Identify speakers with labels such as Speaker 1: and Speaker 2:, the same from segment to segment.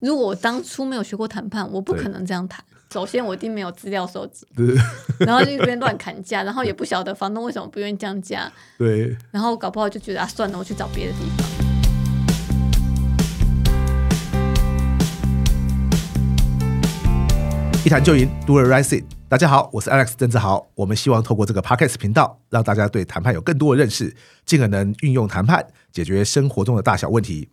Speaker 1: 如果我当初没有学过谈判，我不可能这样谈。首先，我一定没有资料收集，
Speaker 2: 对
Speaker 1: 然后就一边乱砍价，然后也不晓得房东为什么不愿意降价，
Speaker 2: 对，
Speaker 1: 然后搞不好就觉得啊，算了，我去找别的地方。
Speaker 2: 一谈就赢，Do it right it。大家好，我是 Alex 郑志豪。我们希望透过这个 Podcast 频道，让大家对谈判有更多的认识，尽可能运用谈判解决生活中的大小问题。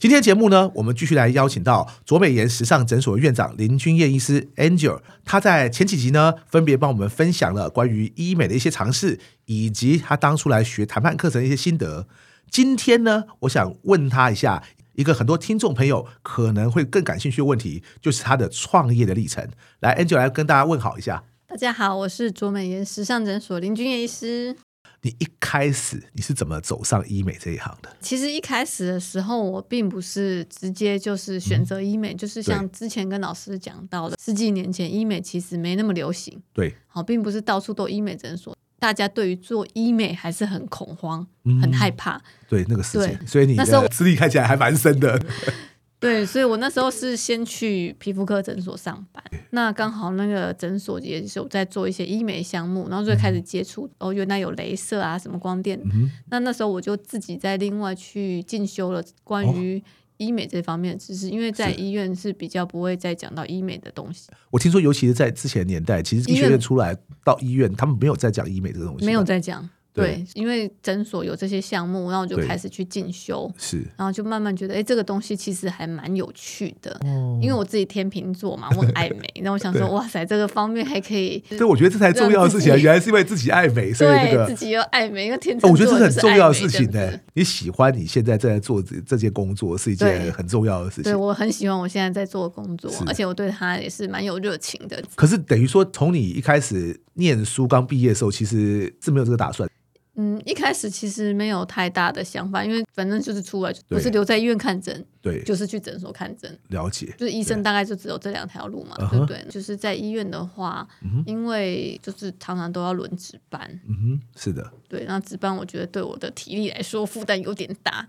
Speaker 2: 今天节目呢，我们继续来邀请到卓美妍时尚诊所院长林君燕医师 Angel。她在前几集呢，分别帮我们分享了关于医美的一些尝试，以及她当初来学谈判课程的一些心得。今天呢，我想问她一下一个很多听众朋友可能会更感兴趣的问题，就是她的创业的历程。来，Angel 来跟大家问好一下，
Speaker 1: 大家好，我是卓美妍时尚诊所林君叶医师。
Speaker 2: 你一开始你是怎么走上医美这一行的？
Speaker 1: 其实一开始的时候，我并不是直接就是选择医美，就是像之前跟老师讲到的，十几年前医美其实没那么流行，
Speaker 2: 对，
Speaker 1: 好，并不是到处都医美诊所，大家对于做医美还是很恐慌、
Speaker 2: 嗯
Speaker 1: 很害怕。
Speaker 2: 对，那个时间，
Speaker 1: 对
Speaker 2: 所以你
Speaker 1: 那时候
Speaker 2: 的资历看起来还蛮深的。
Speaker 1: 对，所以我那时候是先去皮肤科诊所上班，
Speaker 2: 嗯
Speaker 1: 那刚好那个诊所也是有在做一些医美项目，然后就开始接触、哦，原来有镭射啊，什么光电，
Speaker 2: 嗯哼
Speaker 1: 那那时候我就自己再另外去进修了关于医美这方面的知识，因为在
Speaker 2: 哦是
Speaker 1: 医院是比较不会再讲到医美的东西，
Speaker 2: 我听说，尤其是在之前年代，其实医
Speaker 1: 医
Speaker 2: 学
Speaker 1: 院
Speaker 2: 院出来到医院，他们没有在讲医美这个东西，
Speaker 1: 没有在讲。
Speaker 2: 对
Speaker 1: 对，因为诊所有这些项目，然后我就
Speaker 2: 对
Speaker 1: 开始去进修，
Speaker 2: 是
Speaker 1: 然后就慢慢觉得，哎，这个东西其实还蛮有趣的。
Speaker 2: 哦
Speaker 1: 因为我自己天秤座 嘛，我很爱美，然后我想说，
Speaker 2: 对
Speaker 1: 哇塞，这个方面还可以，
Speaker 2: 对，我觉得这才重要的事情
Speaker 1: 让
Speaker 2: 啊！
Speaker 1: 自己
Speaker 2: 原来是因为自己爱美，所以那
Speaker 1: 对
Speaker 2: 个
Speaker 1: 自，己又爱美，因为天
Speaker 2: 哦
Speaker 1: 秤
Speaker 2: 我
Speaker 1: 座
Speaker 2: 觉
Speaker 1: 就
Speaker 2: 得这
Speaker 1: 是
Speaker 2: 很
Speaker 1: 是
Speaker 2: 重
Speaker 1: 爱
Speaker 2: 要的
Speaker 1: 美
Speaker 2: 事
Speaker 1: 这
Speaker 2: 情欸
Speaker 1: 样
Speaker 2: 呢、
Speaker 1: 子
Speaker 2: 你喜欢你现在正在做这这件工作，是一件
Speaker 1: 对
Speaker 2: 很重要的事
Speaker 1: 对
Speaker 2: 情。
Speaker 1: 我很喜欢我现在在做的工作
Speaker 2: 是，
Speaker 1: 而且我对它也是蛮有热情的。
Speaker 2: 可是等于说，从你一开始念书刚毕业的时候，其实是没有这个打算。
Speaker 1: 嗯，一开始其实没有太大的想法，因为反正就是出来就
Speaker 2: 对
Speaker 1: 不是留在医院看诊，
Speaker 2: 对，
Speaker 1: 就是去诊所看诊，
Speaker 2: 了解。
Speaker 1: 就是医生大概就只有这两条路嘛对
Speaker 2: 嗯，哼
Speaker 1: 不对？就是在医院的话，因为就是常常都要轮值班，
Speaker 2: 嗯哼，是的，
Speaker 1: 对，那值班我觉得对我的体力来说负担有点大，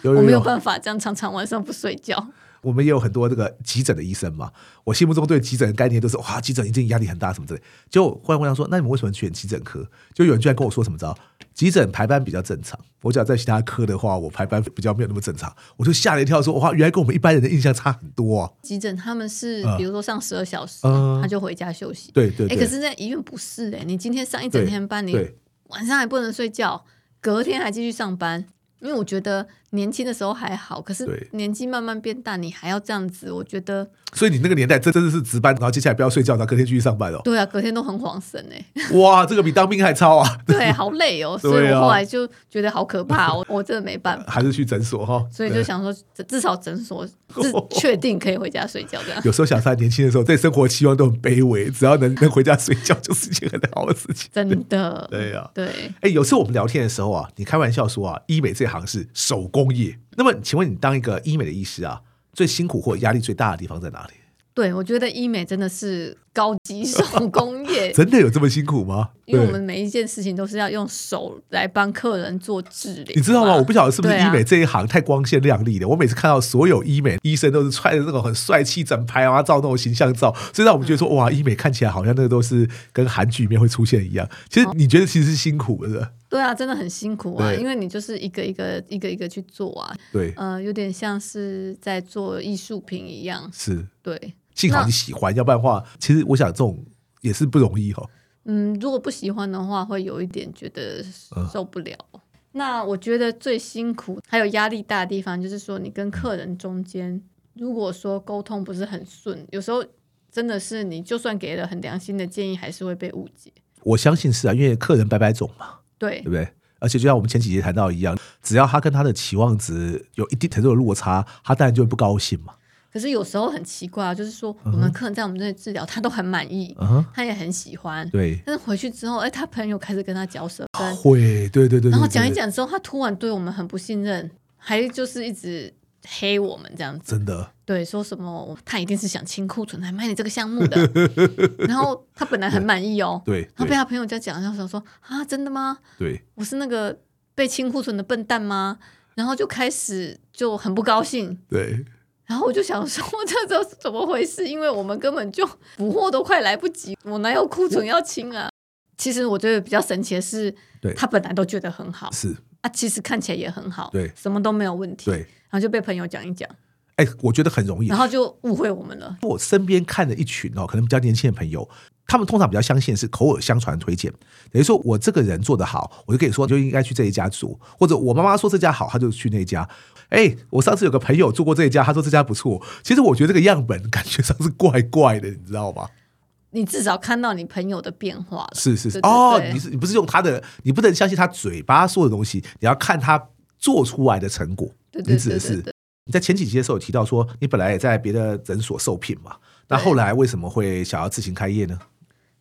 Speaker 2: 有
Speaker 1: 我
Speaker 2: 有
Speaker 1: 没有
Speaker 2: 有，
Speaker 1: 办法这样常常晚上不睡觉。
Speaker 2: 我们也有很多这个急诊的医生嘛。我心目中对急诊的概念都是哇，急诊一定压力很大什么之类。结果忽然问他说：“那你们为什么选急诊科？”就有人居然跟我说什么知道？急诊排班比较正常，我只要在其他科的话，我排班比较没有那么正常。我就吓了一跳说哇，原来跟我们一般人的印象差很多、啊。
Speaker 1: 急诊他们是
Speaker 2: 嗯
Speaker 1: 比如说上十二小时，
Speaker 2: 嗯
Speaker 1: 他就回家休息。
Speaker 2: 对对
Speaker 1: 哎、
Speaker 2: 对，
Speaker 1: 可是，在医院不是哎、你今天上一整天班，你
Speaker 2: 对
Speaker 1: 晚上还不能睡觉，隔天还继续上班。因为我觉得年轻的时候还好，可
Speaker 2: 对
Speaker 1: 是年纪慢慢变大，你还要这样子，我觉得
Speaker 2: 所以你那个年代真真的是值班，然后接下来不要睡觉，然后隔天继续上班哦。
Speaker 1: 对啊，隔天都很晃神哎、
Speaker 2: 哇，这个比当兵还超啊！
Speaker 1: 对，好累哦、所以
Speaker 2: 对啊
Speaker 1: 我后来就觉得好可怕、哦，我真的没办法，
Speaker 2: 还是去诊所哈、
Speaker 1: 所以就想说，至至少诊所至 确定可以回家睡觉这样。
Speaker 2: 有时候想他年轻的时候，对生活期望都很卑微，只要能能回家睡觉，就是一件很好的事情。
Speaker 1: 真的，
Speaker 2: 对呀、啊。
Speaker 1: 对，
Speaker 2: 哎，有次我们聊天的时候啊，你开玩笑说啊，医美这行是手工业。那么，请问你当一个医美的医师啊，最辛苦或压力最大的地方在哪里？
Speaker 1: 对，我觉得医美真的是高级手工业，
Speaker 2: 真的有这么辛苦吗？
Speaker 1: 因为我
Speaker 2: 对
Speaker 1: 们每一件事情都是要用手来帮客人做治疗嘛。
Speaker 2: 你知道吗？我不晓得是不是
Speaker 1: 对啊
Speaker 2: 医美这一行太光鲜亮丽了。我每次看到所有医美医生都是穿着那种很帅气整排啊，照那种形象照，所以让我们觉得说，哇，医美看起来好像那个都是跟韩剧里面会出现一样。其实你觉得其实是辛苦的是吧，
Speaker 1: 对啊，真的很辛苦啊，
Speaker 2: 对
Speaker 1: 因为你就是一个一个一个一个去做啊，
Speaker 2: 对，
Speaker 1: 呃，有点像是在做艺术品一样。
Speaker 2: 是。
Speaker 1: 对，
Speaker 2: 幸好
Speaker 1: 那
Speaker 2: 你喜欢，要不然的话，其实我想这种也是不容易哦。
Speaker 1: 嗯，如果不喜欢的话，会有一点觉得
Speaker 2: 嗯
Speaker 1: 受不了。那我觉得最辛苦还有压力大的地方，就是说你跟客人中间，如果说沟通不是很顺，有时候真的是你就算给了很良心的建议，还是会被误解。
Speaker 2: 我相信是啊，因为客人百百种嘛，
Speaker 1: 对
Speaker 2: 对，不对？而且就像我们前几节谈到一样，只要他跟他的期望值有一定程度的落差，他当然就会不高兴嘛。
Speaker 1: 可是有时候很奇怪啊，就是说我们客人在我们这里治疗，他都很满意，
Speaker 2: 嗯哼，
Speaker 1: 他也很喜欢。
Speaker 2: 对，
Speaker 1: 但是回去之后，哎，他朋友开始跟他嚼舌根，
Speaker 2: 会，对对对对。
Speaker 1: 然后
Speaker 2: 对
Speaker 1: 讲一，
Speaker 2: 对
Speaker 1: 讲之后，他突然对我们很不信任，还就是一直黑我们这样子。
Speaker 2: 真的，
Speaker 1: 对，说什么他一定是想清库存来卖你这个项目 的。然后他本来很满意哦，
Speaker 2: 对
Speaker 1: 然后被
Speaker 2: 对
Speaker 1: 他朋友这样讲，然后想说啊，真的吗？
Speaker 2: 对，
Speaker 1: 我是那个被清库存的笨蛋吗？然后就开始就很不高兴，
Speaker 2: 对，
Speaker 1: 然后我就想说，这这是怎么回事？因为我们根本就补货都快来不及，我哪有库存要清啊？其实我觉得比较神奇的是
Speaker 2: 对，
Speaker 1: 他本来都觉得很好
Speaker 2: 是
Speaker 1: 啊，其实看起来也很好，
Speaker 2: 对
Speaker 1: 什么都没有问题，
Speaker 2: 对
Speaker 1: 然，后就被朋友讲一讲，
Speaker 2: 哎、我觉得很容易
Speaker 1: 然。后就误会我们了。
Speaker 2: 我身边看的一群哦，可能比较年轻的朋友，他们通常比较相信是口耳相传推荐，等于说我这个人做得好，我就跟你说你就应该去这一家做，或者我妈妈说这家好，他就去那一家。哎，我上次有个朋友做过这一家，他说这家不错。其实我觉得这个样本感觉上是怪怪的，你知道吗？
Speaker 1: 你至少看到你朋友的变化了，
Speaker 2: 是是
Speaker 1: 对，
Speaker 2: 是
Speaker 1: 对
Speaker 2: 哦，
Speaker 1: 对
Speaker 2: 你是你不是用他的，你不能相信他嘴巴说的东西，你要看他做出来的成果。
Speaker 1: 对
Speaker 2: 你
Speaker 1: 对
Speaker 2: 指的
Speaker 1: 对
Speaker 2: 是
Speaker 1: 对对。
Speaker 2: 你在前几集的时候有提到说，你本来也在别的诊所受聘嘛，那
Speaker 1: 对
Speaker 2: 后来为什么会想要自行开业呢？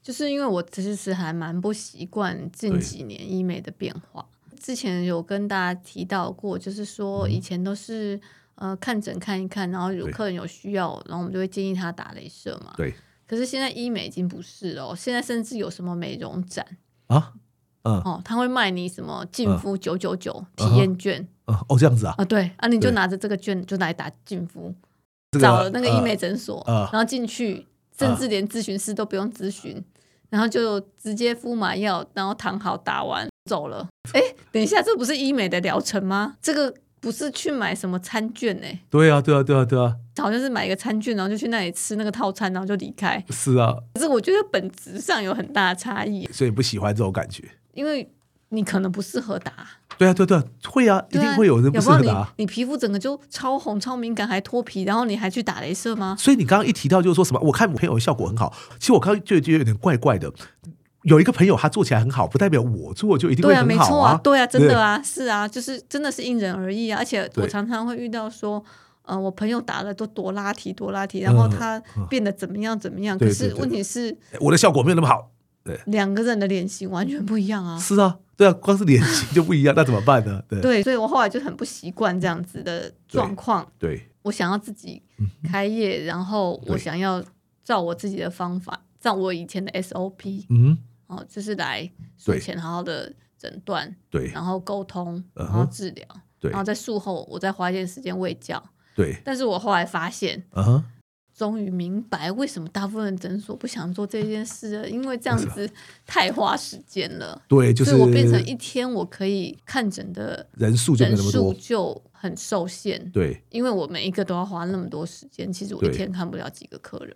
Speaker 1: 就是因为我其实还蛮不习惯近
Speaker 2: 对
Speaker 1: 几年医美的变化。之前有跟大家提到过，就是
Speaker 2: 嗯
Speaker 1: 说以前都是、呃看诊看一看，然后有
Speaker 2: 对
Speaker 1: 客人有需要，然后我们就会建议他打镭射嘛。
Speaker 2: 对
Speaker 1: 可是现在医美已经不是了哦，现在甚至有什么美容展
Speaker 2: 啊，嗯
Speaker 1: 哦，他会卖你什么净肤九九九
Speaker 2: 嗯
Speaker 1: 体验券
Speaker 2: 嗯，哦，这样子啊
Speaker 1: 啊、，对啊，你就
Speaker 2: 对
Speaker 1: 拿着这个券就来打净肤，
Speaker 2: 这个
Speaker 1: 找了那个医美诊所，
Speaker 2: 呃
Speaker 1: 然后进去，甚至连咨询师都不用咨询，然后就直接敷麻药，然后躺好打完走了。哎，等一下，这不是医美的疗程吗？这个不是去买什么餐券哎、
Speaker 2: 对啊，对啊，对啊，对啊，
Speaker 1: 好像是买一个餐券，然后就去那里吃那个套餐，然后就离开。
Speaker 2: 是啊，
Speaker 1: 可是我觉得本质上有很大的差异，
Speaker 2: 所以你不喜欢这种感觉。
Speaker 1: 因为你可能不适合打，
Speaker 2: 对啊，对啊对啊，会啊，一
Speaker 1: 对啊
Speaker 2: 定会有人不适合
Speaker 1: 搞
Speaker 2: 的
Speaker 1: 好
Speaker 2: 啊。
Speaker 1: 你你皮肤整个就超红、超敏感，还脱皮，然后你还去打镭射吗？
Speaker 2: 所以你刚刚一提到就是说什么，我看我朋友效果很好，其实我刚刚就觉得有点怪怪的。有一个朋友他做起来很好，不代表我做就一定
Speaker 1: 对
Speaker 2: 会
Speaker 1: 啊，没
Speaker 2: 很好
Speaker 1: 错
Speaker 2: 啊。
Speaker 1: 对啊，真
Speaker 2: 对
Speaker 1: 的啊，是啊，就是真的是因人而异啊。而且
Speaker 2: 对
Speaker 1: 我常常会遇到说，呃，我朋友打了都多拉提多拉提，然后
Speaker 2: 嗯
Speaker 1: 他变得怎么样怎么样，
Speaker 2: 对
Speaker 1: 可
Speaker 2: 对
Speaker 1: 是
Speaker 2: 对
Speaker 1: 问题是
Speaker 2: 我的效果没有那么好。
Speaker 1: 两个人的脸型完全不一样啊。
Speaker 2: 是啊，对啊，光是脸型就不一样，那怎么办呢？对
Speaker 1: 对，所以我后来就很不习惯这样子的状况。
Speaker 2: 对
Speaker 1: 我想要自己开业，然后
Speaker 2: 嗯对
Speaker 1: 我想要照我自己的方法，照我以前的 SOP
Speaker 2: 嗯，
Speaker 1: 哦，就是来
Speaker 2: 对
Speaker 1: 术前好好的诊断，
Speaker 2: 对
Speaker 1: 然后沟通，
Speaker 2: 嗯
Speaker 1: 然
Speaker 2: 哼
Speaker 1: 后治疗，
Speaker 2: 对
Speaker 1: 然后在术后我再花一点时间喂教。
Speaker 2: 对，
Speaker 1: 但是我后来发现，
Speaker 2: 嗯哼，
Speaker 1: 终于明白为什么大部分诊所不想做这件事了，因为这样子太花时间了。
Speaker 2: 对，啊就是
Speaker 1: 所以我变成一天我可以看诊的
Speaker 2: 人数就没
Speaker 1: 人
Speaker 2: 那么
Speaker 1: 数
Speaker 2: 多，
Speaker 1: 就很受限，
Speaker 2: 对，
Speaker 1: 因为我每一个都要花那么多时间，其实我
Speaker 2: 对
Speaker 1: 一天看不了几个客人。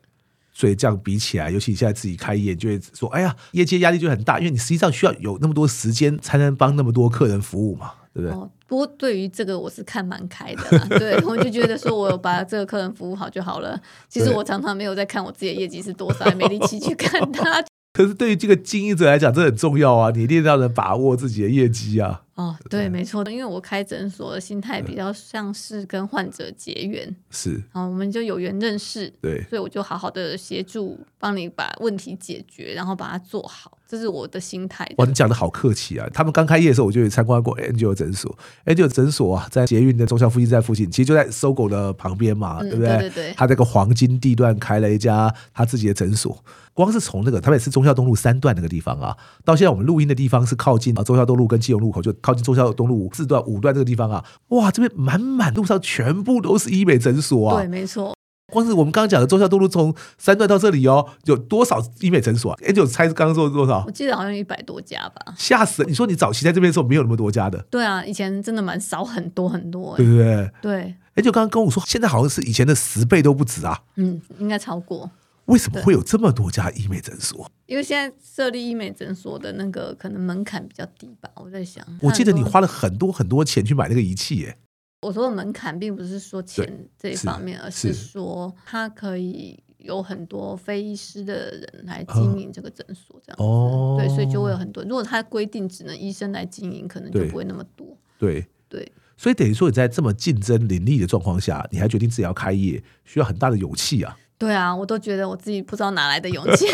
Speaker 2: 所以这样比起来，尤其你现在自己开业，你就会说，哎呀，业界压力就很大，因为你实际上需要有那么多时间才能帮那么多客人服务嘛，对不对？
Speaker 1: 哦，不过对于这个我是看蛮开的啦， 对，我就觉得说我有把这个客人服务好就好了。其实
Speaker 2: 对
Speaker 1: 我常常没有在看我自己的业绩是多少，也没力气 去看它。
Speaker 2: 可是对于这个经营者来讲，这很重要啊，你一定要能把握自己的业绩啊。
Speaker 1: 哦，对，没错，因为我开诊所的心态比较像是跟患者结缘，
Speaker 2: 是，
Speaker 1: 然后我们就有缘认识，
Speaker 2: 对，
Speaker 1: 所以我就好好的协助帮你把问题解决，然后把它做好，这是我的心态。
Speaker 2: 哇，你讲的好客气啊！他们刚开业的时候，我就有参观过 Angel 诊所。Angel 诊所啊，在捷运的中校复兴站附近，其实就在搜狗的旁边嘛，
Speaker 1: 嗯
Speaker 2: 对不对？
Speaker 1: 对对对
Speaker 2: 他那个黄金地段开了一家他自己的诊所，光是从那个台北市中校东路三段那个地方啊，到现在我们录音的地方是靠近啊中校东路跟基隆路口，就靠近中校东路四段五段这个地方啊，哇，这边满满路上全部都是医美诊所啊
Speaker 1: 对，！没错，
Speaker 2: 光是我们刚刚讲的中校东路从三段到这里哦，有多少医美诊所、啊、？Angel 猜刚刚说多少
Speaker 1: 我？记得好像一百多家吧。
Speaker 2: 吓死了！你说你早期在这边的时候没有那么多家的，
Speaker 1: 对啊，以前真的蛮少很多很多、
Speaker 2: 对
Speaker 1: 欸，
Speaker 2: 不对？
Speaker 1: 对，
Speaker 2: 而且刚刚跟我说，现在好像是以前的十倍都不止啊！
Speaker 1: 嗯，应该超过。
Speaker 2: 为什么会有这么多家医美诊所？
Speaker 1: 因为现在设立医美诊所的那个可能门槛比较低吧，我在想。
Speaker 2: 我记得你
Speaker 1: 那很多
Speaker 2: 花了很多很多钱去买那个仪器耶。
Speaker 1: 我说的门槛并不是说钱这一方面，而是
Speaker 2: 是
Speaker 1: 说他可以有很多非医师的人来经营这个诊所，这样子。
Speaker 2: 嗯哦
Speaker 1: 对，所以就会有很多。如果他规定只能医生来经营，可能就
Speaker 2: 对
Speaker 1: 不会那么多。
Speaker 2: 对，
Speaker 1: 对，
Speaker 2: 所以等于说你在这么竞争林立的状况下，你还决定自己要开业，需要很大的勇气啊！
Speaker 1: 对啊，我都觉得我自己不知道哪来的勇 气。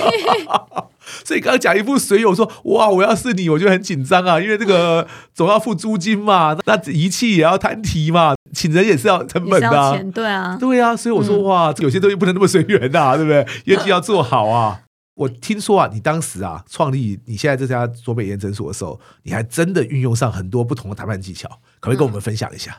Speaker 2: 所以刚刚讲一副水友说：“哇，我要是你，我就很紧张啊，因为这个总要付租金嘛，那仪器也要摊提嘛，请人也是要成
Speaker 1: 也
Speaker 2: 本
Speaker 1: 是
Speaker 2: 的、
Speaker 1: 要
Speaker 2: 啊。”
Speaker 1: 钱，对啊，
Speaker 2: 对啊，所以我说、哇，有些东西不能那么随缘呐、 对不对？业绩要做好啊。我听说啊，你当时啊创立你现在这家卓
Speaker 1: 嗯
Speaker 2: 美妍诊所的时候，你还真的运用上很多不同的谈判技巧，可不可以跟我们分享一下？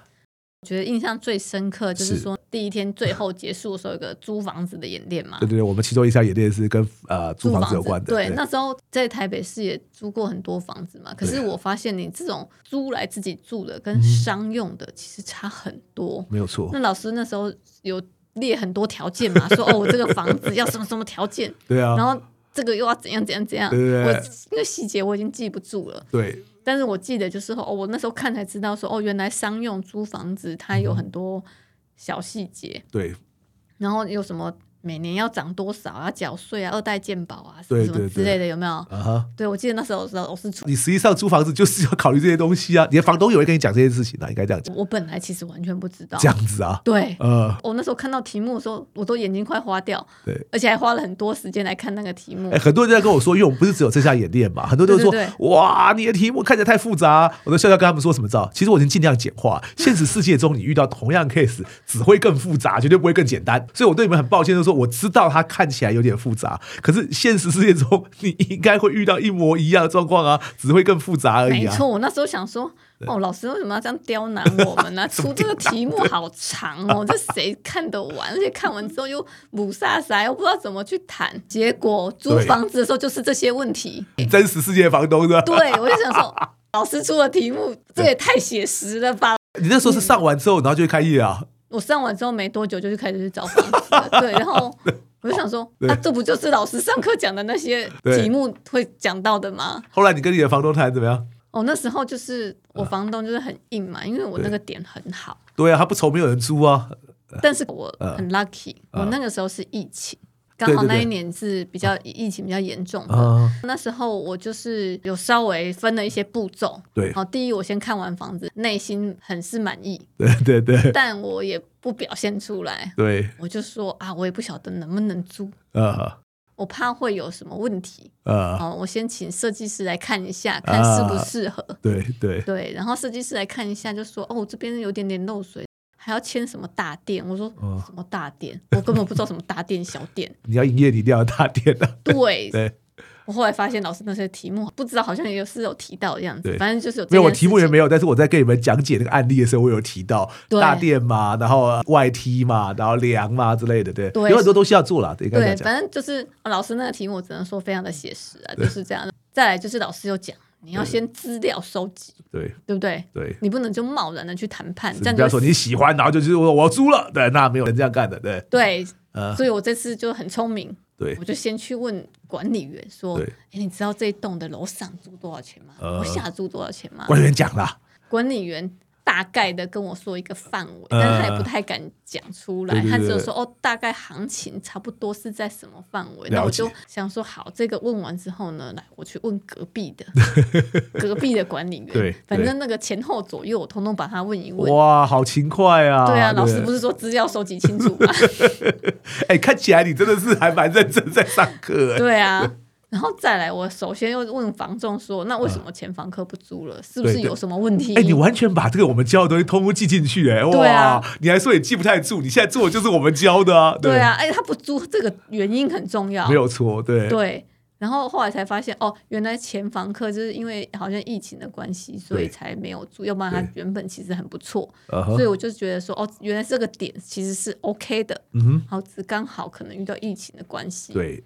Speaker 1: 觉得印象最深刻就是
Speaker 2: 是
Speaker 1: 说第一天最后结束的时候有个租房子的演练嘛
Speaker 2: 对，对对，我们其中一项演练是跟呃租房子有关的。
Speaker 1: 嗯对，那时候在台北市也租过很多房子嘛，可是
Speaker 2: 对
Speaker 1: 我发现你这种租来自己住的跟商用的其实差很多。
Speaker 2: 没有错
Speaker 1: 那。老师那时候有列很多条件嘛，说哦，我这个房 子要什么什么条件，
Speaker 2: 对啊，
Speaker 1: 然后这个又要怎样怎样怎样。
Speaker 2: 对对对
Speaker 1: 我因为细节我已经记不住了，
Speaker 2: 对
Speaker 1: 但是我记得就是哦，我那时候看才知道说哦，原来商用租房子它
Speaker 2: 嗯
Speaker 1: 有很多小细节，
Speaker 2: 对
Speaker 1: 然后有什么每年要涨多少啊，缴税啊，二代健保啊，什么
Speaker 2: 对对
Speaker 1: 什么之类的，有没有？
Speaker 2: 啊哈，
Speaker 1: 对，我记得那时候我是我是主，
Speaker 2: 你实际上租房子就是要考虑这些东西啊，你的房东也会跟你讲这些事情的、啊应该这样讲，
Speaker 1: 我本来其实完全不知道
Speaker 2: 这。样子啊，
Speaker 1: 对，
Speaker 2: 呃，
Speaker 1: 我那时候看到题目的时候，我都眼睛快花掉，
Speaker 2: 对。
Speaker 1: 而且还花了很多时间来看那个题目
Speaker 2: 哎，。很多人在跟我说，因为我们不是只有这项演练嘛，很多人都说
Speaker 1: 对对
Speaker 2: 哇，你的题目看起来太复杂、我都笑笑跟他们说什么知道？其实我已经尽量简化。现实世界中，你遇到同样 case 只会更复杂，绝对不会更简单。所以我对你们很抱歉，就是说我知道它看起来有点复杂，可是现实世界中你应该会遇到一模一样的状况啊，只会更复杂而已
Speaker 1: 没
Speaker 2: 啊。
Speaker 1: 错，我那时候想说，哦，老师为什么要这样刁难我们呢、 出这个题目好长哦，这谁看得完？而且看完之后又母萨萨，又不知道怎么去谈。结果租
Speaker 2: 对
Speaker 1: 房子的时候就是这些问题。
Speaker 2: 你真实世界房东 的，
Speaker 1: 对，我就想说，老师出的题目这也太写实了吧！
Speaker 2: 你那时候是上完之后，然后就会开业啊。
Speaker 1: 我上完之后没多久就去开始去找房子了， 对，然后我就想说，
Speaker 2: 对
Speaker 1: 啊，这不就是老师上课讲的那些
Speaker 2: 对
Speaker 1: 题目会讲到的吗？
Speaker 2: 后来你跟你的房东谈怎么样？
Speaker 1: 哦，那时候就是我房东就是很硬嘛，因为我那个点很好，
Speaker 2: 对啊，他不愁没有人租啊。
Speaker 1: 但是我
Speaker 2: 呃
Speaker 1: 很 lucky，、
Speaker 2: 呃
Speaker 1: 我那个时候是疫情，
Speaker 2: 对
Speaker 1: 刚好
Speaker 2: 对对
Speaker 1: 那一年是比较疫情比较严重的。
Speaker 2: 啊，
Speaker 1: 那时候我就是有稍微分了一些步骤，
Speaker 2: 对
Speaker 1: 好，第一我先看完房子，内心很是满意，
Speaker 2: 对对对
Speaker 1: 但我也不表现出来，
Speaker 2: 对，
Speaker 1: 我就说啊，我也不晓得能不能租，
Speaker 2: 呃
Speaker 1: 我怕会有什么问题，
Speaker 2: 呃，
Speaker 1: 哦，我先请设计师来看一
Speaker 2: 啊
Speaker 1: 下，看适不适合。
Speaker 2: 对对
Speaker 1: 对，然后设计师来看一下，就说哦，这边有点点漏水，还要签什么大店？我说、
Speaker 2: 嗯
Speaker 1: 什么大店？我根本不知道什么大店、小 店。
Speaker 2: 你要营业，你一定要大店啊。
Speaker 1: 对，
Speaker 2: 对，
Speaker 1: 我后来发现老师那些题目不知道，好像也有是有提到的样子
Speaker 2: 对，
Speaker 1: 反正就是有
Speaker 2: 没
Speaker 1: 这
Speaker 2: 有我
Speaker 1: 件
Speaker 2: 题
Speaker 1: 事
Speaker 2: 目也
Speaker 1: 情
Speaker 2: 没有，但是我在跟你们讲解那个案例的时候，我有提到
Speaker 1: 对
Speaker 2: 大店嘛，然后外梯嘛，然后梁嘛之类的，对，
Speaker 1: 对
Speaker 2: 有很多东西要做了，对应该这
Speaker 1: 对，
Speaker 2: 样讲。
Speaker 1: 反正就是呃老师那个题目，我只能说非常的写实啊，就是这样。再来就是老师有讲，你要先资料收集，
Speaker 2: 对
Speaker 1: 对不对？
Speaker 2: 对，
Speaker 1: 你不能就贸然的去谈判，这
Speaker 2: 你
Speaker 1: 样
Speaker 2: 不要
Speaker 1: 就
Speaker 2: 说
Speaker 1: 会
Speaker 2: 你喜欢，然后就是我我租了，对，那没有人这样干的，对，
Speaker 1: 对。
Speaker 2: 呃，
Speaker 1: 所以我这次就很聪明，
Speaker 2: 对
Speaker 1: 我就先去问管理员说
Speaker 2: 对：“
Speaker 1: 哎，你知道这一栋的楼上租多少钱吗？
Speaker 2: 呃
Speaker 1: 楼下租多少钱吗
Speaker 2: 官员讲啦，？”
Speaker 1: 管理员大概的跟我说一个范围，
Speaker 2: 呃
Speaker 1: 但是他也不太敢讲出来，
Speaker 2: 对对对
Speaker 1: 他只有说：“哦，大概行情差不多是在什么范围。”那我
Speaker 2: 了解
Speaker 1: 就想说，好，这个问完之后呢，来我去问隔壁 的隔壁的管理员，
Speaker 2: 对
Speaker 1: 反
Speaker 2: 对
Speaker 1: 正那个前后左右我通通把他问一问。
Speaker 2: 哇，好勤快啊！
Speaker 1: 对啊，老师不是说资料收集清 楚吗？
Speaker 2: 哎、看起来你真的是还蛮认真在上课、哎
Speaker 1: 对啊，然后再来，我首先又问房仲说，那为什么前房客不租了？是不是
Speaker 2: 对对
Speaker 1: 有什么问题？
Speaker 2: 哎、你完全把这个我们教的东西通通记进去、哎，
Speaker 1: 对
Speaker 2: 哇、
Speaker 1: 啊
Speaker 2: 你还说你记不太住，你现在做的就是我们教的啊，
Speaker 1: 对啊，哎、他不租这个原因很重要。
Speaker 2: 没有错，对
Speaker 1: 对，然后后来才发现，哦，原来前房客就是因为好像疫情的关系，所以
Speaker 2: 对
Speaker 1: 才没有租，要不然他
Speaker 2: 对
Speaker 1: 原本其实很不错。
Speaker 2: 嗯哼
Speaker 1: 所以我就觉得说，哦，原来这个点其实是 OK 的，
Speaker 2: 嗯哼，
Speaker 1: 好，只刚好可能遇到疫情的关系。，
Speaker 2: 对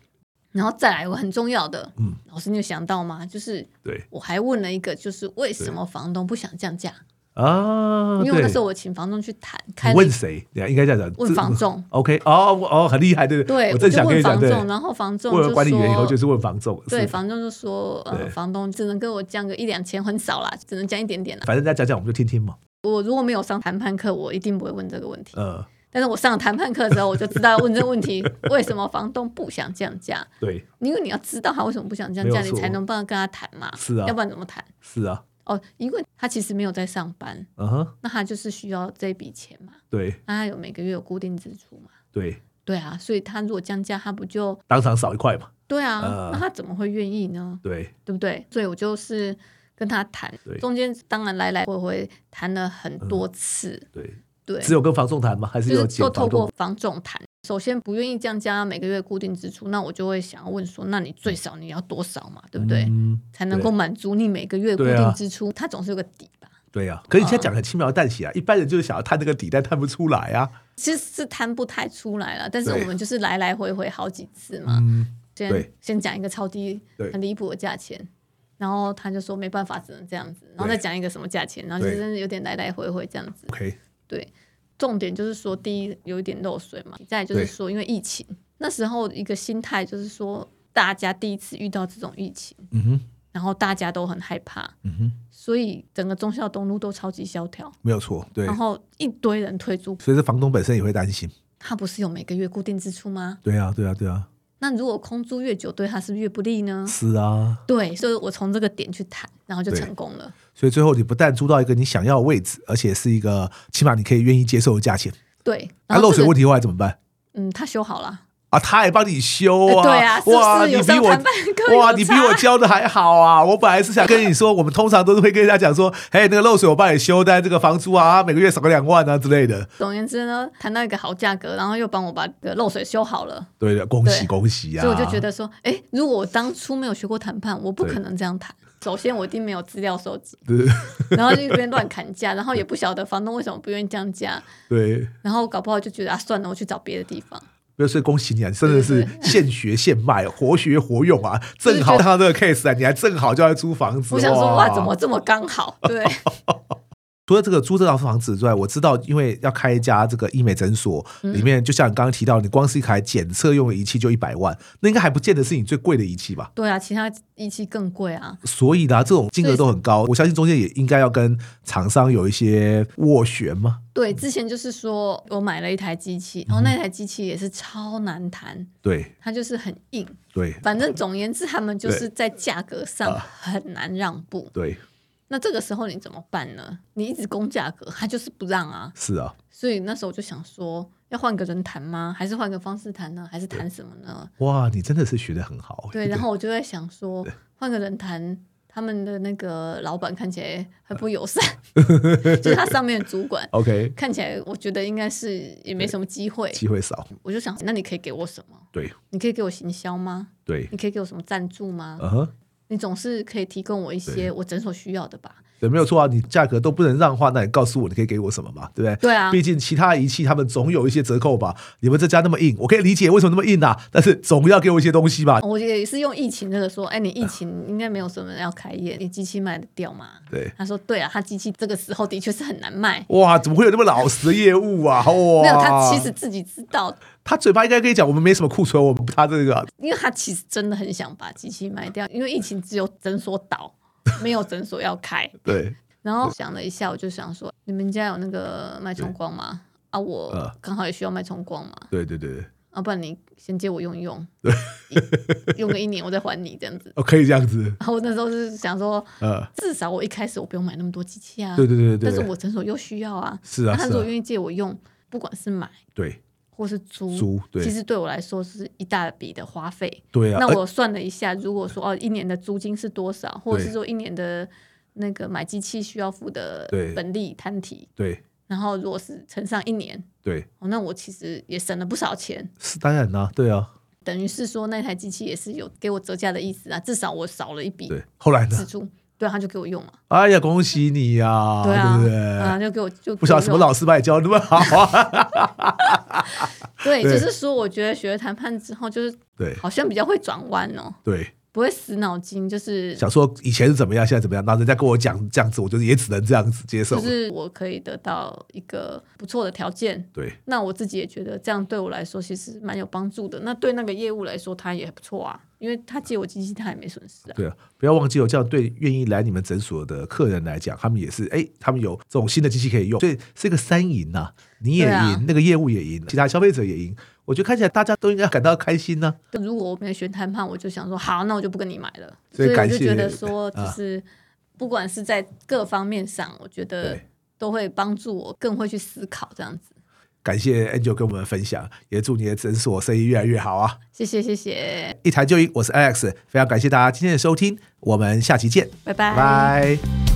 Speaker 1: 然后再来，我很重要的，
Speaker 2: 嗯，
Speaker 1: 老师你有想到吗？就是
Speaker 2: 对
Speaker 1: 我还问了一个，就是为什么房东不想降价？
Speaker 2: 啊，
Speaker 1: 因为我那
Speaker 2: 对
Speaker 1: 时候我请房东去谈，开
Speaker 2: 你
Speaker 1: 了一
Speaker 2: 问谁？等一下应该这样讲，
Speaker 1: 问
Speaker 2: 这
Speaker 1: 房仲。
Speaker 2: OK，哦我哦，很厉害，对
Speaker 1: 对，
Speaker 2: 我
Speaker 1: 我
Speaker 2: 正
Speaker 1: 就
Speaker 2: 想跟
Speaker 1: 问
Speaker 2: 你讲，
Speaker 1: 房
Speaker 2: 对，
Speaker 1: 仲，然后房仲
Speaker 2: 问
Speaker 1: 就
Speaker 2: 了管理员以后
Speaker 1: 说，
Speaker 2: 就是问房仲，
Speaker 1: 对，
Speaker 2: 是
Speaker 1: 房仲就说，呃
Speaker 2: 对，
Speaker 1: 房东只能跟我降个一两千，很少啦，只能降一点点啦。
Speaker 2: 反正再讲讲我们就听听嘛，
Speaker 1: 我如果没有上谈判课，我一定不会问这个问题。
Speaker 2: 呃，
Speaker 1: 但是我上了谈判课之后，我就知道要问这个问 题，为什么房东不想降价？
Speaker 2: 对，
Speaker 1: 因为你要知道他为什么不想降
Speaker 2: 没有
Speaker 1: 价，你
Speaker 2: 错
Speaker 1: 才能帮他跟他谈嘛。
Speaker 2: 是啊
Speaker 1: 要不然怎么谈？
Speaker 2: 是啊，
Speaker 1: 哦，因为他其实没有在上班，
Speaker 2: 嗯哼，
Speaker 1: 那他就是需要这笔钱嘛。
Speaker 2: 对
Speaker 1: 那他有每个月有固定支出嘛？
Speaker 2: 对，
Speaker 1: 对啊，所以他如果降价，他不就
Speaker 2: 当场少一块嘛，
Speaker 1: 对啊？
Speaker 2: 呃
Speaker 1: 那他怎么会愿意呢？
Speaker 2: 对
Speaker 1: 对不对？所以我就是跟他谈
Speaker 2: 对，
Speaker 1: 中间当然来来回回谈了很多次，
Speaker 2: 对，
Speaker 1: 对，
Speaker 2: 只有跟房仲谈吗？还是
Speaker 1: 就
Speaker 2: 有
Speaker 1: 是都
Speaker 2: 请
Speaker 1: 透
Speaker 2: 房
Speaker 1: 过
Speaker 2: 仲？
Speaker 1: 房总谈。首先不愿意降价，每个月固定支出，那我就会想要问说，那你最少你要多少嘛，对不对？
Speaker 2: 嗯
Speaker 1: 才能够满足你每个月固
Speaker 2: 对啊
Speaker 1: 定支出，它总是有个底吧？
Speaker 2: 对呀、可是
Speaker 1: 嗯
Speaker 2: 你现在讲得很轻描淡写啊，一般人就是想要探那个底，但探不出来啊。
Speaker 1: 其实是摊不太出来了，但是
Speaker 2: 对
Speaker 1: 我们就是来来回回好几次嘛。
Speaker 2: 嗯，
Speaker 1: 先
Speaker 2: 对
Speaker 1: 先讲一个超低
Speaker 2: 对
Speaker 1: 很离谱的价钱，然后他就说没办法，只能这样子，然后
Speaker 2: 对
Speaker 1: 再讲一个什么价钱，然后就
Speaker 2: 对
Speaker 1: 真的有点来来回回这样子。
Speaker 2: OK，
Speaker 1: 对，重点就是说，第一有一点漏水嘛，再来就
Speaker 2: 对
Speaker 1: 是说，因为疫情那时候一个心态就是说，大家第一次遇到这种疫情，
Speaker 2: 嗯哼，
Speaker 1: 然后大家都很害怕，
Speaker 2: 嗯哼，
Speaker 1: 所以整个忠孝东路都超级萧条，
Speaker 2: 没有错，对
Speaker 1: 然。后一堆人退租，
Speaker 2: 所以这房东本身也会担心。
Speaker 1: 他不是有每个月固定支出吗？
Speaker 2: 对啊，对啊，对啊，
Speaker 1: 那如果空租越久，对他是不是越不利呢？
Speaker 2: 是啊。
Speaker 1: 对，所以我从这个点去谈，然后就
Speaker 2: 对
Speaker 1: 成功了。
Speaker 2: 所以最后你不但租到一个你想要的位置，而且是一个起码你可以愿意接受的价钱。
Speaker 1: 对，
Speaker 2: 那、
Speaker 1: 然后
Speaker 2: 漏
Speaker 1: 这
Speaker 2: 水
Speaker 1: 个
Speaker 2: 问题后来怎么办？
Speaker 1: 嗯，他修好了，
Speaker 2: 啊，他还帮你修
Speaker 1: 呃
Speaker 2: 啊！
Speaker 1: 对啊，是
Speaker 2: 哇，
Speaker 1: 不是
Speaker 2: 你
Speaker 1: 有
Speaker 2: 比
Speaker 1: 上
Speaker 2: 我
Speaker 1: 谈判课有
Speaker 2: 哇，你比我
Speaker 1: 差
Speaker 2: 教的还好啊！我本来是想跟你说，我们通常都是会跟人家讲说， 哎，那个漏水我帮你修，但这个房租啊，每个月少个两万啊之类的。
Speaker 1: 总而言之呢，谈到一个好价格，然后又帮我把这个漏水修好了，
Speaker 2: 对的，恭喜
Speaker 1: 对
Speaker 2: 恭喜啊！
Speaker 1: 所以我就觉得说，哎，如果我当初没有学过谈判，我不可能这样谈。首先，我一定没有资料收集，
Speaker 2: 对
Speaker 1: 然后就一边乱砍价，然后也不晓得房东为什么不愿意降价，
Speaker 2: 对，
Speaker 1: 然后搞不好就觉得啊，算了，我去找别的地方。
Speaker 2: 没有所以恭喜你啊，真的是现学现卖， 活学活用啊！正好
Speaker 1: 就是觉得
Speaker 2: 看到这个 case 啊，你还正好就要租房子。
Speaker 1: 我想说，哇，怎么这么刚好？对，
Speaker 2: 除了这个租这套房子之外，我知道，因为要开一家这个医美诊所，
Speaker 1: 嗯
Speaker 2: 里面就像你刚刚提到，你光是一台检测用的仪器就一百万，那应该还不见得是你最贵的仪器吧？
Speaker 1: 对啊，其他仪器更贵啊。
Speaker 2: 所以呢、这种金额都很高，我相信中间也应该要跟厂商有一些斡旋嘛。
Speaker 1: 对，之前就是说我买了一台机器，然后那台机器也是超难谈，
Speaker 2: 对
Speaker 1: 它就是很硬。
Speaker 2: 对
Speaker 1: 反正总而言之，他们就
Speaker 2: 对
Speaker 1: 是在价格上很难让步。
Speaker 2: 对，
Speaker 1: 那这个时候你怎么办呢？你一直攻价格，他就是不让啊。
Speaker 2: 是啊，
Speaker 1: 所以那时候我就想说，要换个人谈吗？还是换个方式谈呢？还是谈什么呢？
Speaker 2: 哇，你真的是学的很好。
Speaker 1: 对，然后我就在想说，换个人谈，他们的那个老板看起来很不友善，就是他上面的主管
Speaker 2: OK，
Speaker 1: 看起来，我觉得应该是也没什么机会。
Speaker 2: 机会少。
Speaker 1: 我就想，那你可以给我什么？
Speaker 2: 对
Speaker 1: 你可以给我行销吗？
Speaker 2: 对，
Speaker 1: 你可以给我什么赞助吗？
Speaker 2: 嗯哼。
Speaker 1: 你总是可以提供我一些我诊所需要的吧？
Speaker 2: 对，没有错啊，你价格都不能让的话，那你告诉我你可以给我什么嘛，对不对？
Speaker 1: 对啊
Speaker 2: 毕竟其他仪器他们总有一些折扣吧。你们这家那么硬，我可以理解为什么那么硬啊，但是总要给我一些东西吧。
Speaker 1: 我也是用疫情这个说，哎，你疫情应该没有什么人要开业，你机器卖得掉吗？
Speaker 2: 对，
Speaker 1: 他说，对啊，他机器这个时候的确是很难卖。
Speaker 2: 哇，怎么会有那么老实的业务啊？哇，
Speaker 1: 没有，他其实自己知道，
Speaker 2: 他嘴巴应该跟你讲，我们没什么库存，我们不差这个。啊
Speaker 1: 因为他其实真的很想把机器卖掉，因为疫情只有诊所倒，没有诊所要开。
Speaker 2: 对，
Speaker 1: 然后想了一下，我就想说，你们家有那个脉冲光吗？啊，我
Speaker 2: 啊
Speaker 1: 刚好也需要脉冲光嘛，
Speaker 2: 对对对对，
Speaker 1: 要、啊不然你先借我用一用，一用个一年我再还你这样子。
Speaker 2: 哦，可以这样子，
Speaker 1: 然后我那时候是想说，
Speaker 2: 呃，
Speaker 1: 至少我一开始我不用买那么多机器啊，
Speaker 2: 对对对对
Speaker 1: 啊但是
Speaker 2: 对，
Speaker 1: 我诊所又需要啊，
Speaker 2: 是啊
Speaker 1: 那他
Speaker 2: 是
Speaker 1: 如果
Speaker 2: 啊，
Speaker 1: 愿意借我用，不管是买
Speaker 2: 对
Speaker 1: 或是租，
Speaker 2: 租对
Speaker 1: 其实对我来说是一大笔的花费。
Speaker 2: 对啊，
Speaker 1: 那
Speaker 2: 而
Speaker 1: 我算了一下，如果说哦一年的租金是多少，或者是说一年的那个买机器需要付的
Speaker 2: 对
Speaker 1: 本利摊提，
Speaker 2: 对
Speaker 1: 然后如果是乘上一年，
Speaker 2: 对
Speaker 1: 哦，那我其实也省了不少钱。
Speaker 2: 是当然啦、对啊，
Speaker 1: 等于是说那台机器也是有给我折价的意思啊，至少我少了一笔
Speaker 2: 对。后来
Speaker 1: 支
Speaker 2: 呢？
Speaker 1: 出。对啊，他就给我用嘛，
Speaker 2: 哎呀，恭喜你呀、
Speaker 1: 对啊，
Speaker 2: 对不
Speaker 1: 啊
Speaker 2: 对？
Speaker 1: 就给我就给我
Speaker 2: 不晓得什么
Speaker 1: 用
Speaker 2: 老师把你教得那么好 啊？
Speaker 1: 对，只
Speaker 2: 对
Speaker 1: 是说我觉得学了谈判之后，就是
Speaker 2: 对
Speaker 1: 好像比较会转弯哦，
Speaker 2: 对，
Speaker 1: 不会死脑筋，就是
Speaker 2: 想说以前是怎么样，现在怎么样，那人家跟我讲这样子，我就也只能这样子接受
Speaker 1: 就
Speaker 2: 了。
Speaker 1: 是我可以得到一个不错的条件。
Speaker 2: 对
Speaker 1: 那我自己也觉得这样对我来说其实蛮有帮助的。那对那个业务来说，他也不错啊，因为他借我机器，他也没损失啊。
Speaker 2: 对啊，不要忘记哦，这样对愿意来你们诊所的客人来讲，他们也是哎，他们有这种新的机器可以用，所以是个三赢呐、你也赢，
Speaker 1: 对啊
Speaker 2: 那个业务也赢，其他消费者也赢。我觉得看起来大家都应该感到开心呢、
Speaker 1: 如果我没有选谈判，我就想说好，那我就不跟你买了。
Speaker 2: 所
Speaker 1: 所
Speaker 2: 以
Speaker 1: 以我
Speaker 2: 感
Speaker 1: 就
Speaker 2: 谢
Speaker 1: 觉
Speaker 2: 啊
Speaker 1: 得说，就是不管是在各方面上，我觉得
Speaker 2: 对
Speaker 1: 都会帮助我更会去思考这样子。
Speaker 2: 感谢 Angel 跟我们分享，也祝你的诊所生意越来越好啊！
Speaker 1: 谢谢，谢谢，
Speaker 2: 一谈就赢，我是 Alex，非常感谢大家今天的收听，我们下期见，
Speaker 1: 拜拜
Speaker 2: 拜拜